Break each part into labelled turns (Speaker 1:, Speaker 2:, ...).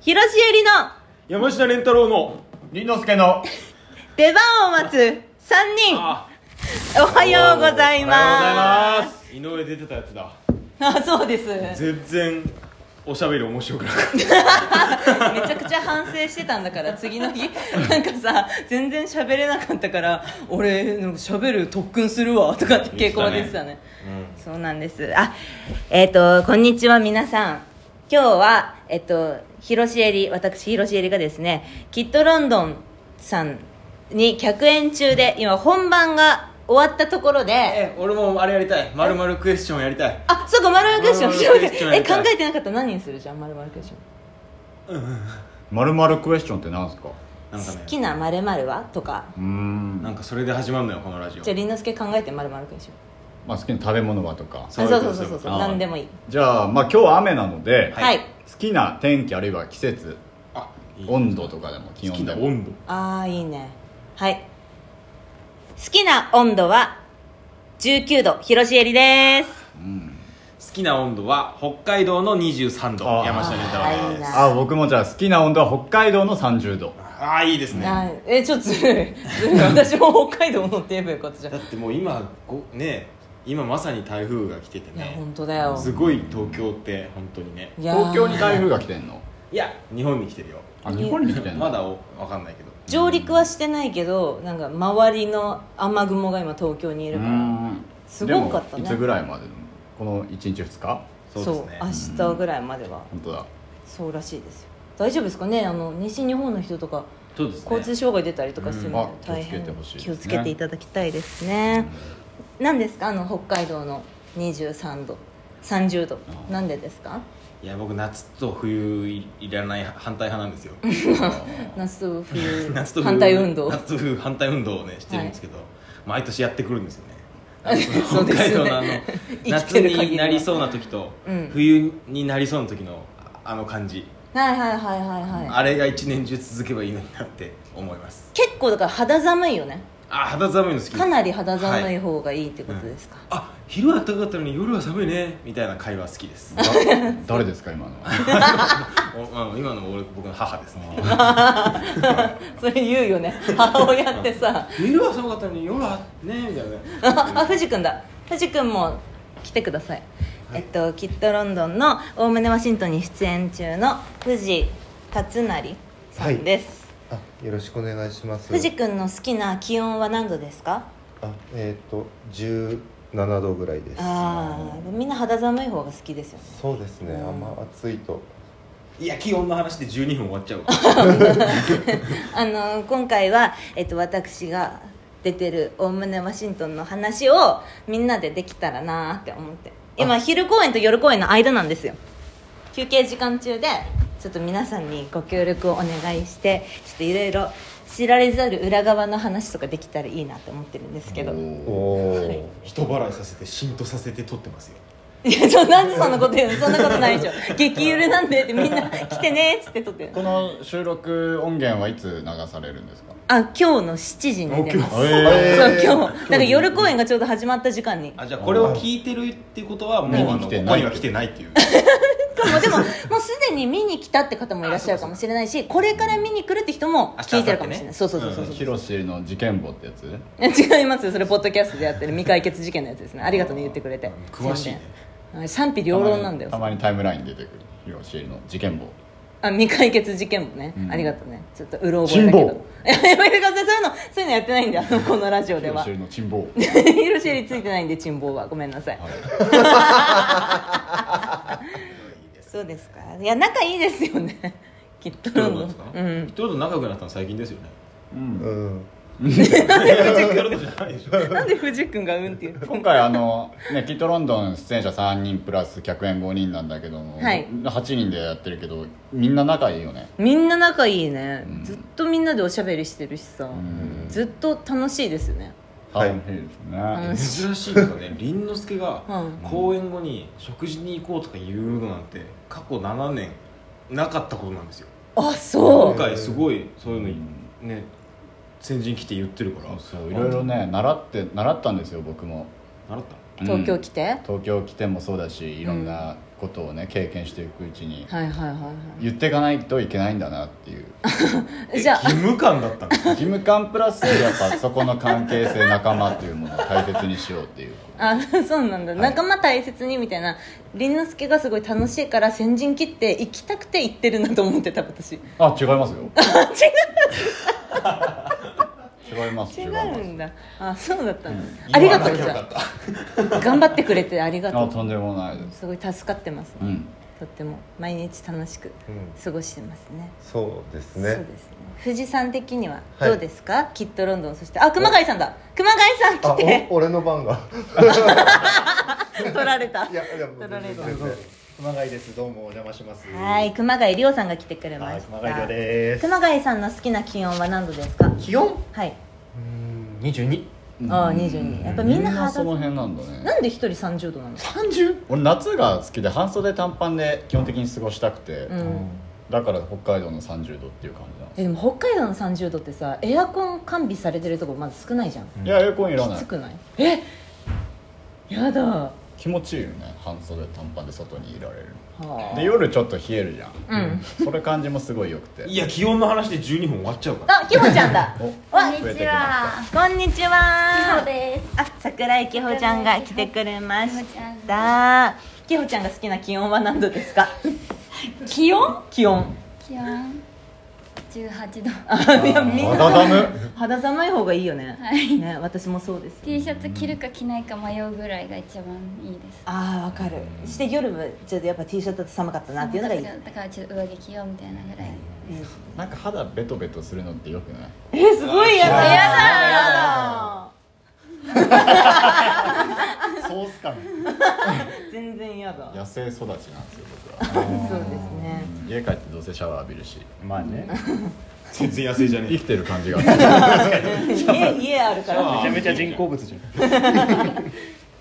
Speaker 1: 広重りの
Speaker 2: 山下蓮太郎の
Speaker 3: りんのすけの
Speaker 1: 出番を待つ3人
Speaker 2: あ
Speaker 1: おはようございます
Speaker 2: 井上出てたやつだ
Speaker 1: すあそうですめ
Speaker 2: 全然おしゃべり面白くなかっ
Speaker 1: ちゃくちゃ反省してたんだから次の 日なんかさ全然喋れなかったから俺なんか喋る特訓するわとかって傾向が出てたねそうなんですあえっ、とこんにちは皆さん今日はえっ、と広重り私広重りがですねキットロンドンさんに客演中で今本番が終わったところで、
Speaker 3: え俺もあれやりたいまるまるクエスチョンやりたい
Speaker 1: あ、そうか、丸々クエスチョン。
Speaker 3: 丸
Speaker 1: そう
Speaker 3: 々ク
Speaker 1: で
Speaker 3: エスチョン
Speaker 1: え、
Speaker 3: やり
Speaker 1: 考
Speaker 3: たい
Speaker 1: えてなかったら何にするじゃん、丸々クエスチョ
Speaker 4: まるまるクエスチョンってなんですか
Speaker 3: なんか
Speaker 1: ン。好
Speaker 3: ね
Speaker 1: きな〇〇はとか。
Speaker 4: うーん
Speaker 3: なんかそれで始まるのよこのラジオ
Speaker 1: じゃあ、りんのすけ考えて丸々クエスチョン。
Speaker 4: まあ、好きな食べ物はとか
Speaker 3: そう
Speaker 1: あ
Speaker 3: いう
Speaker 1: そう
Speaker 3: こと
Speaker 1: そうそうそう
Speaker 3: そう
Speaker 1: そ
Speaker 3: いうこ
Speaker 1: う、
Speaker 3: と
Speaker 1: なんでもいい。
Speaker 4: じゃあまあ今日は雨なので、
Speaker 1: はい。
Speaker 4: 好きな天気あるいは季節
Speaker 3: あいい
Speaker 4: 温度とかでも気
Speaker 2: た好き
Speaker 4: 温で
Speaker 2: な
Speaker 4: も
Speaker 2: 温度
Speaker 1: あー、いいね。はい。好きな温度は、19度、広重りです。
Speaker 2: 好きな温度は北海道の23度
Speaker 4: あー
Speaker 2: 山下蓮太郎です
Speaker 1: あ
Speaker 4: あ僕もじゃあ好きな温度は北海道の30度
Speaker 3: ああいいですね
Speaker 1: なえ、ちょっとずるい。ずるい。私も北海道のって言えばよかったじゃん。
Speaker 3: だ
Speaker 1: い
Speaker 3: ってもう今ごね今まさに台風が来てて
Speaker 1: や、
Speaker 3: ね
Speaker 1: 本当だよ。
Speaker 3: すごい東京って本当にね
Speaker 1: いやー
Speaker 4: 東京に台風が来てんの
Speaker 3: いや日本に来てるよ
Speaker 4: あ日本に来 てんの
Speaker 3: まだおわかんないけど
Speaker 1: 上陸はしてないけど、なんか周りの雨雲が今東京にいうる
Speaker 4: ー
Speaker 1: から。
Speaker 4: ん
Speaker 1: すごかったね
Speaker 4: でもいつぐらいまでこの1日2日
Speaker 3: そう
Speaker 1: そう
Speaker 3: ですね
Speaker 1: 明日ぐらいまでは。
Speaker 4: 本当 だ
Speaker 1: そうらしいですよ大丈夫ですかねあの西日本の人とか
Speaker 3: そうです
Speaker 1: 交通障害出たりとかしても
Speaker 4: うんあ
Speaker 1: 大変
Speaker 4: 気をつけてほしいです
Speaker 1: 気
Speaker 4: ね
Speaker 1: をつけていただきたいですね何ですかあの北海道の23度30度
Speaker 4: あ
Speaker 1: なんでですか
Speaker 3: いや僕夏と冬いいらない反対派な んですよ
Speaker 1: 夏と 冬
Speaker 3: 夏と冬
Speaker 1: 反対運動
Speaker 3: 夏と冬反対運動をねしてるんですけど、毎年やってくるんですよ ね
Speaker 1: そうで
Speaker 3: 北
Speaker 1: す
Speaker 3: 海
Speaker 1: よね
Speaker 3: 道のあの
Speaker 1: 生き
Speaker 3: 夏
Speaker 1: てる限りは
Speaker 3: になりそうな時と、
Speaker 1: うん
Speaker 3: 冬になりそうな時のああの感じ、
Speaker 1: はいはいはいはいはい
Speaker 3: あれが一年中続けばいいのになって思います
Speaker 1: 結構だから肌寒いよね
Speaker 3: あ肌寒いの好き
Speaker 1: かなり肌
Speaker 3: は
Speaker 1: 寒い
Speaker 3: い
Speaker 1: 方がいいってことですか、
Speaker 3: あ昼は暖かかったのに夜は寒いねみたいな会話好きです
Speaker 4: だ誰ですか今のは
Speaker 3: おうん今の俺僕の母ですね
Speaker 1: それ言うよね母親ってさ
Speaker 3: 昼は寒かったのに夜はねみたいなね
Speaker 1: ああ藤君だ藤君も来てください、えっとキットロンドンのおおむねワシントンに出演中の藤勝成さんです、
Speaker 5: あよろしくお願いします
Speaker 1: 藤君の好きな気温は何度ですか
Speaker 5: あえっ、と17度ぐらいです
Speaker 1: ああみんな肌寒い方が好きですよね
Speaker 5: そうですね、
Speaker 1: うん
Speaker 5: あんま暑いと
Speaker 3: いや気温の話で12分終わっちゃうわ
Speaker 1: あの今回は、えっと、私が出てるおおむねワシントンの話をみんなでできたらなーって思って今昼公演と夜公演の間なんですよ休憩時間中でちょっと皆さんにご協力をお願いしてちょっといろいろ知られざる裏側の話とかできたらいいなって思ってるんですけど
Speaker 5: おおー、
Speaker 3: 人払いさせて浸透させて撮ってますよ
Speaker 1: いやちょなんでそんなこと言うのそんなことないでしょ激ゆるなんでってみんな来てねーっつって撮ってる
Speaker 4: この収録音源はいつ流されるんですか
Speaker 1: あ今日の7時に出ます
Speaker 4: え
Speaker 1: そう今日だから夜公演がちょうど始まった時間に
Speaker 3: あじゃあこれを聞いてるっていうことはもう
Speaker 4: 見
Speaker 3: あ
Speaker 4: に
Speaker 3: の
Speaker 4: 来
Speaker 3: ここ
Speaker 4: て
Speaker 3: に
Speaker 4: ない
Speaker 3: は来てないっていう
Speaker 1: もうでももうすでに見に来たって方もいらっしゃるかもしれないしこれから見に来るって人も聞いてるかもしれない、
Speaker 3: あ明日
Speaker 1: そうそうそうそう
Speaker 4: ヒロシの事件簿ってやつ
Speaker 1: 違いますよそれポッドキャストでやってる未解決事件のやつですねありがとうね言ってくれて
Speaker 3: 詳しいね
Speaker 1: すませんはい賛否両論なんだよ
Speaker 4: たまにタイムラインに出てくるヒロシの事件簿
Speaker 1: あ未解決事件もね、
Speaker 4: うん
Speaker 1: ありがとうねちょっとうろ覚えだけ
Speaker 4: 辛
Speaker 1: どい ややめてくださいそういうのそういうのやってないんであのこのラジオ
Speaker 4: ヒ
Speaker 1: で
Speaker 4: ロ
Speaker 1: は
Speaker 4: シの珍望
Speaker 1: ヒロシエリついてないんで珍望はごめんなさい そうですかいや仲いいですよねきっと
Speaker 3: どういうことですか
Speaker 1: うん
Speaker 3: 人と仲良くなったの最近ですよね
Speaker 5: うん
Speaker 1: なんで藤君が「うん」って言う
Speaker 4: 今回あの、ね、キットロンドン出演者3人プラス客演5人なんだけども、
Speaker 1: はい
Speaker 4: 8人でやってるけどみんな仲いいよね
Speaker 1: みんな仲いいね、
Speaker 4: うん
Speaker 1: ずっとみんなでおしゃべりしてるしさ、
Speaker 4: ん
Speaker 1: ずっと楽しいですよね
Speaker 5: はい
Speaker 4: 楽しいですね、
Speaker 1: 楽しい
Speaker 3: 珍しいですよね凛之介が
Speaker 1: うん
Speaker 3: 公演後に食事に行こうとか言うのなんて過去7年なかったことなんですよ
Speaker 1: あそ
Speaker 3: 今
Speaker 1: う
Speaker 3: 回すごいそういう
Speaker 4: う
Speaker 3: のね先人来て言ってるから
Speaker 4: そうそういろいろね習って習ったんですよ僕も
Speaker 3: 習った
Speaker 1: 東京
Speaker 4: うん
Speaker 1: 来て、
Speaker 4: 東京来てもそうだしいろんなことをね経験していくうちに
Speaker 1: はいはいはいは
Speaker 4: 言っていかないといけないんだなっていう
Speaker 1: いじゃあ
Speaker 3: 義務感だったんです
Speaker 4: 義務感プラスやっぱそこの関係性仲間っていうものを大切にしようっていう
Speaker 1: あ そうなんだ、仲間大切にみたいな凛之介がすごい楽しいから先陣切って行きたくて行ってるなと思ってた私違
Speaker 4: あ違いま すよ違います違います
Speaker 1: うんだあそうだったの、
Speaker 3: 言
Speaker 1: ありが
Speaker 3: わ
Speaker 1: と
Speaker 3: な
Speaker 1: うじ
Speaker 3: きゃよか
Speaker 1: ゃ
Speaker 3: った
Speaker 1: あ頑張ってくれてありがと
Speaker 4: あ
Speaker 1: う
Speaker 4: とんでもないです
Speaker 1: すごい助かってますね、
Speaker 4: うん
Speaker 1: とっても毎日楽しく
Speaker 5: うん
Speaker 1: 過ごしてますね
Speaker 5: そうです
Speaker 1: そう
Speaker 5: ね
Speaker 1: ですね富士山的には
Speaker 5: はい
Speaker 1: どうですか、キットロンドンそしてあ熊谷さんだ熊谷さん
Speaker 5: あ
Speaker 1: 来て
Speaker 5: お俺の番 が
Speaker 1: 取られた
Speaker 5: いやいや
Speaker 1: 取られた
Speaker 5: 全然
Speaker 6: 熊谷ですどうもお邪魔します
Speaker 1: はい熊谷亮さんが来てくれま
Speaker 6: はい
Speaker 1: した
Speaker 6: 熊谷亮です
Speaker 1: 熊谷さんの好きな気温は何度ですか
Speaker 6: 気温
Speaker 1: はい、
Speaker 6: うん22
Speaker 1: ああ22やっぱみんな肌
Speaker 4: その辺なんだね
Speaker 1: なんで一人30度なんですか、
Speaker 6: 30
Speaker 4: 俺夏が好きで半袖短パンで基本的に過ごしたくて、
Speaker 1: うん、
Speaker 4: だから北海道の30度っていう感じなんです
Speaker 1: えでも北海道の30度ってさエアコン完備されてるとこまず少ないじゃん
Speaker 4: いやエアコンいらな
Speaker 1: きつ
Speaker 4: い
Speaker 1: くないえやだは
Speaker 4: 気持ちいいよね半袖短パンで外にいられる
Speaker 1: あ
Speaker 4: で夜ちょっと冷えるじゃん、
Speaker 1: うん
Speaker 4: それ感じもすごいよくて
Speaker 3: いや気温の話で12分終わっちゃう から
Speaker 1: あ、きほちゃん だ
Speaker 4: お
Speaker 1: わ
Speaker 4: 増えてきました
Speaker 1: こんにちは
Speaker 7: そうです。
Speaker 1: あ、桜井きほちゃんが来てくれまし
Speaker 7: きほちゃん
Speaker 1: たきほちゃんが好きな気温は何度ですか気温気温
Speaker 7: 気温十八度。
Speaker 1: あいやみん
Speaker 4: 肌
Speaker 1: な
Speaker 4: ダム
Speaker 1: 肌寒い方がいいよね,、
Speaker 7: はい
Speaker 1: ね私もそうです
Speaker 7: T シャツ着るか着ないか迷うぐらいが一番いいです。
Speaker 1: ああわかるして夜もちょっとやっぱ T シャツだと寒かったなっていうのがいい
Speaker 7: だからちょっと上着着ようみたいなぐらい。
Speaker 4: なんか肌ベトベトするのってよく ない
Speaker 1: えー、すごい嫌だ嫌だ
Speaker 4: ソース感
Speaker 1: 全然嫌だ
Speaker 4: 野生育ちなんですよ僕は
Speaker 1: そうですね
Speaker 4: 家帰ってどうせシャワー浴びるし
Speaker 6: まあね
Speaker 3: 全然野生じゃね
Speaker 4: 生きてる感じがある
Speaker 1: 家家あるから
Speaker 6: めちゃめちゃ人工物じゃん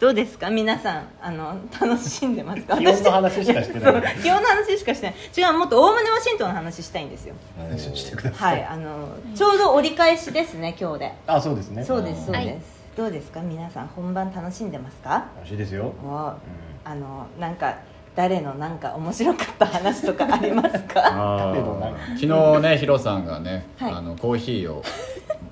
Speaker 1: どうですか皆さんあの楽しんでますか
Speaker 6: 気温の話しかしてな
Speaker 1: 私
Speaker 6: い
Speaker 1: そう気温の話しかしてない違うもっとおおむねワシントンの話したいんですよ
Speaker 6: してくだ
Speaker 1: はいあのちょうど折り返しですね今日で
Speaker 6: あそうですね
Speaker 1: そうですそうです、
Speaker 7: はい
Speaker 1: どうですか皆さん本番楽しんでますから
Speaker 6: しいですよ
Speaker 1: おあのなんか誰のなんか面白かった話とかあります か
Speaker 4: あー昨日ねヒロさんがね、
Speaker 1: はい
Speaker 4: あのコーヒーを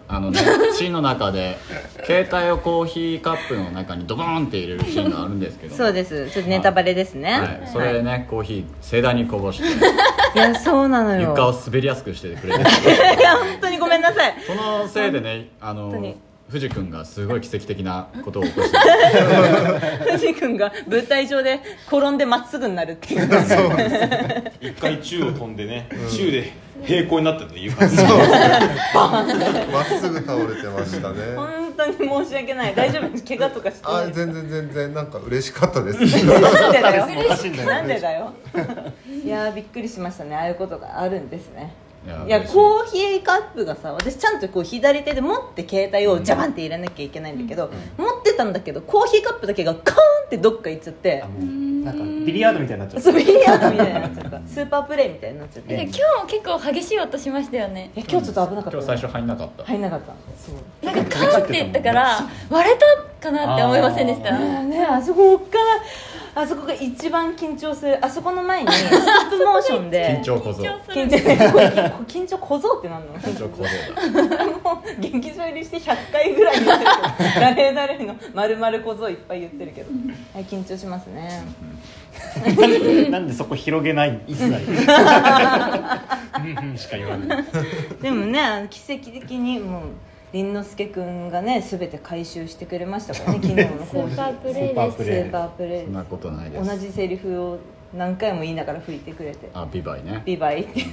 Speaker 4: あのねシーンの中で携帯をコーヒーカップの中にドボーンって入れるシーンがあるんですけど
Speaker 1: そうですちょっとネタバレですね、
Speaker 4: はい、それでね、コーヒー盛大にこぼして
Speaker 1: いやそうなのよ
Speaker 4: 床を滑りやすくしてくれて
Speaker 1: いや本当にごめんなさい
Speaker 4: そのせいでねあ
Speaker 1: 本当
Speaker 4: の
Speaker 1: に
Speaker 4: 藤君がすごい奇跡的なことを起こして
Speaker 1: 藤君が舞台上で転んでまっすぐになるっていう
Speaker 3: 一回宙を飛んでね宙で平行になったっていう感じ
Speaker 5: まっすぐ倒れてました ね
Speaker 1: 本当に申し訳ない大丈夫怪我とかしてな
Speaker 5: あ
Speaker 1: い
Speaker 5: 全然全然なんか嬉しかっ たです
Speaker 1: なんでだよ
Speaker 6: おかしいんだよ
Speaker 1: なんでだよいやーびっくりしましたねああいうことがあるんですね
Speaker 4: いや
Speaker 1: いや
Speaker 4: 嬉しい
Speaker 1: コーヒーカップがさ私ちゃんとこう左手で持って携帯をジャバンって入れなきゃいけないんだけど、持ってたんだけどコーヒーカップだけがカーンってどっか行っちゃって
Speaker 6: あもうなんかビリヤードみたいになっちゃった
Speaker 1: 遊びにアートみたいになっちゃったスーパープレイみたいになっちゃって
Speaker 7: 今日も結構激しい音しましたよね。
Speaker 1: え今日ちょっと危なかった、
Speaker 4: 今日最初入んなかった、
Speaker 1: 入んなかったそう
Speaker 7: なんかカーって言ったから割れたかなって思いませんでした。
Speaker 1: あねあそこからあそこが一番緊張するあそこの前にストップモーションで
Speaker 4: 緊張小僧
Speaker 7: 緊張す
Speaker 1: 緊
Speaker 7: る
Speaker 1: 張。これ緊張小僧ってなんの
Speaker 4: 緊張小僧
Speaker 1: もう劇場入りして100回ぐらい言ってるけど誰々の「まるまる小僧」いっぱい言ってるけど、はい、緊張しますね
Speaker 6: なんでそこ広げない一切うんうんしか言わない
Speaker 1: でもねあの奇跡的にもう凛之介君がね全て回収してくれましたからね昨日の
Speaker 7: ス
Speaker 1: コーヒ
Speaker 7: ーパー
Speaker 1: ー
Speaker 7: プレイ
Speaker 6: スーパ
Speaker 7: で
Speaker 6: ー
Speaker 7: す
Speaker 6: プ
Speaker 1: ス
Speaker 6: レイ
Speaker 1: ーパープレ
Speaker 4: だ
Speaker 1: イ
Speaker 4: そんなことないです
Speaker 1: 同じセリフを何回も言いながら吹いてくれて
Speaker 4: あビバイね
Speaker 1: ビバイって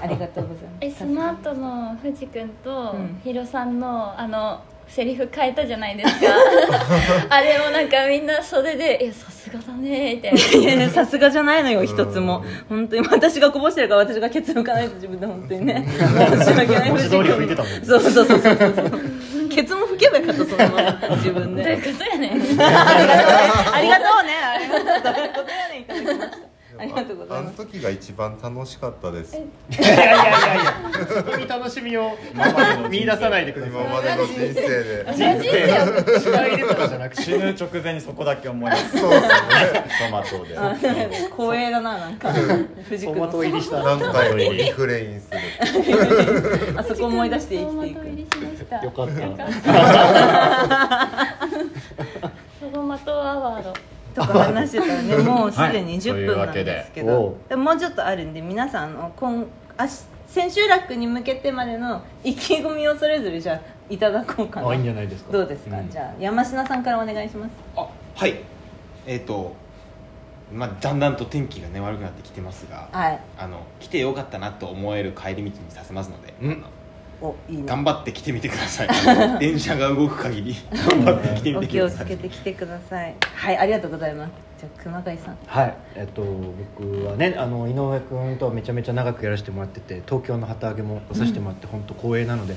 Speaker 1: ありがとうございます
Speaker 7: えその後の藤君と
Speaker 1: うん
Speaker 7: ヒロさんのあのセリフ変えたじゃないですかあれもなんかみんな袖で「いやさすがだね」みたいない
Speaker 1: やいや さすがじゃないのよ一つも本当に私がこぼしてるから私がケツ浮かないと自分で本当にね申し訳ない
Speaker 6: 文字通り吹いてたもん
Speaker 1: そうそうそうそうそうそうケツも吹けばよかったそのまま自分
Speaker 7: どうい
Speaker 1: で
Speaker 7: うことやねん
Speaker 1: ありがとうねありがとうねありがとうどういうことやねんいただきましたあありがとうござい
Speaker 5: あ
Speaker 1: ま
Speaker 5: の
Speaker 1: す
Speaker 5: 時が一番楽しかったです
Speaker 6: いやいやいやいやそこに楽しみを見出さないでくだ
Speaker 5: 今
Speaker 6: さ
Speaker 5: まで
Speaker 6: い
Speaker 5: の人生 で
Speaker 7: 同じですよ
Speaker 6: 死体レターじゃなくて
Speaker 8: 死ぬ直前にそこだけ思い出す
Speaker 5: そう です
Speaker 8: トマトで
Speaker 1: あなんか光栄だななんか藤
Speaker 6: ト
Speaker 1: 君
Speaker 6: マト
Speaker 1: の
Speaker 6: 入りした
Speaker 5: 何回もリフレインする
Speaker 1: あそこ思い出して生きてい
Speaker 7: 走馬灯入
Speaker 1: く
Speaker 7: りしました
Speaker 6: よかっ た
Speaker 7: よかった走馬灯アワード
Speaker 1: とか話してたらねもうすでに
Speaker 4: はい
Speaker 1: 10分なんですけど、
Speaker 6: というわけで
Speaker 1: でももうちょっとあるんで皆さんあの今あし千秋楽に向けてまでの意気込みをそれぞれじゃあいただこうかな
Speaker 6: あいいんじゃないですか
Speaker 1: どうですか、じゃあ山科さんからお願いします
Speaker 3: あはいえっ、とまあだんだんと天気がね悪くなってきてますが
Speaker 1: はい
Speaker 3: あの来てよかったなと思える帰り道にさせますのであの
Speaker 1: おいいね
Speaker 3: 頑張って来てみてくださいあ の電車が動く限り頑張って来てみ
Speaker 1: お
Speaker 3: てく
Speaker 1: 気を
Speaker 3: だ
Speaker 1: つ
Speaker 3: さ
Speaker 1: け
Speaker 3: い
Speaker 1: てきてくださいはいありがとうございますじゃあ熊谷さん
Speaker 6: はい、えっと、僕はねあの井上君とはめちゃめちゃ長くやらせてもらってて東京の旗揚げも出させてもらって本当光栄なので、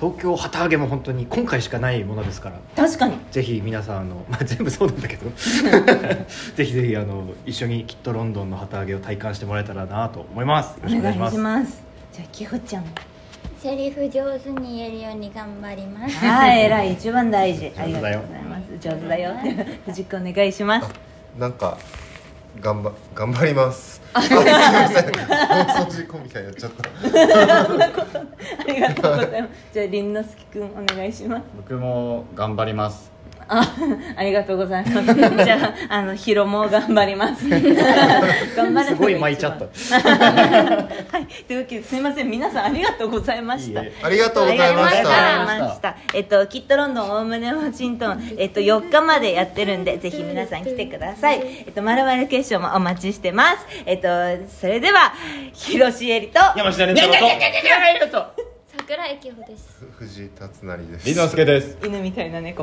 Speaker 6: 東京旗揚げも本当に今回しかないものですから
Speaker 1: 確かに
Speaker 6: ぜひ皆さんあの、 まあ、全部そうなんだけどぜひぜひあの一緒にきっとロンドンの旗揚げを体感してもらえたらなと思いますよろしく
Speaker 1: お
Speaker 6: お願
Speaker 1: 願
Speaker 6: い
Speaker 1: いし
Speaker 6: し
Speaker 1: ま
Speaker 6: ますす
Speaker 1: じゃあきほちゃん
Speaker 7: セリフ上手に言えるように頑張ります
Speaker 1: はい偉い一番大事あり
Speaker 6: 上
Speaker 1: がと
Speaker 6: 手だよ
Speaker 1: うございます上手だよ 藤子お願いします
Speaker 5: なんか頑張頑張りますあ すいません放送事故みたいになっちゃっ
Speaker 1: あ
Speaker 5: た
Speaker 1: りがとうございます。じゃあ凛之介くんお願いします。
Speaker 4: 僕も頑張ります
Speaker 1: あ、ありがとうございます。じゃああのヒロも頑張ります。頑張るのが一番
Speaker 6: すごい巻いちゃった。
Speaker 1: はい、というわけですいません皆さんありがとうございました。
Speaker 6: いえ
Speaker 5: ありがとうございまし
Speaker 1: ありがとうござ
Speaker 5: た
Speaker 1: いました。えっと、キットロンドン、おおむねワシントン、えっと、4日までやってるんで、ぜひ皆さん来てください。えっと、まるまる決勝もお待ちしてます。えっと、それでは、広しえりと、
Speaker 2: 山下蓮太郎と
Speaker 7: 桜井希歩です
Speaker 5: 藤井達成です
Speaker 8: りのすけです
Speaker 1: 犬みたいな猫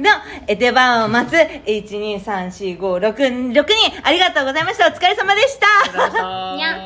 Speaker 1: のえ出番を待つ1234566人ありがとうございましたお疲れ様でした
Speaker 7: にゃん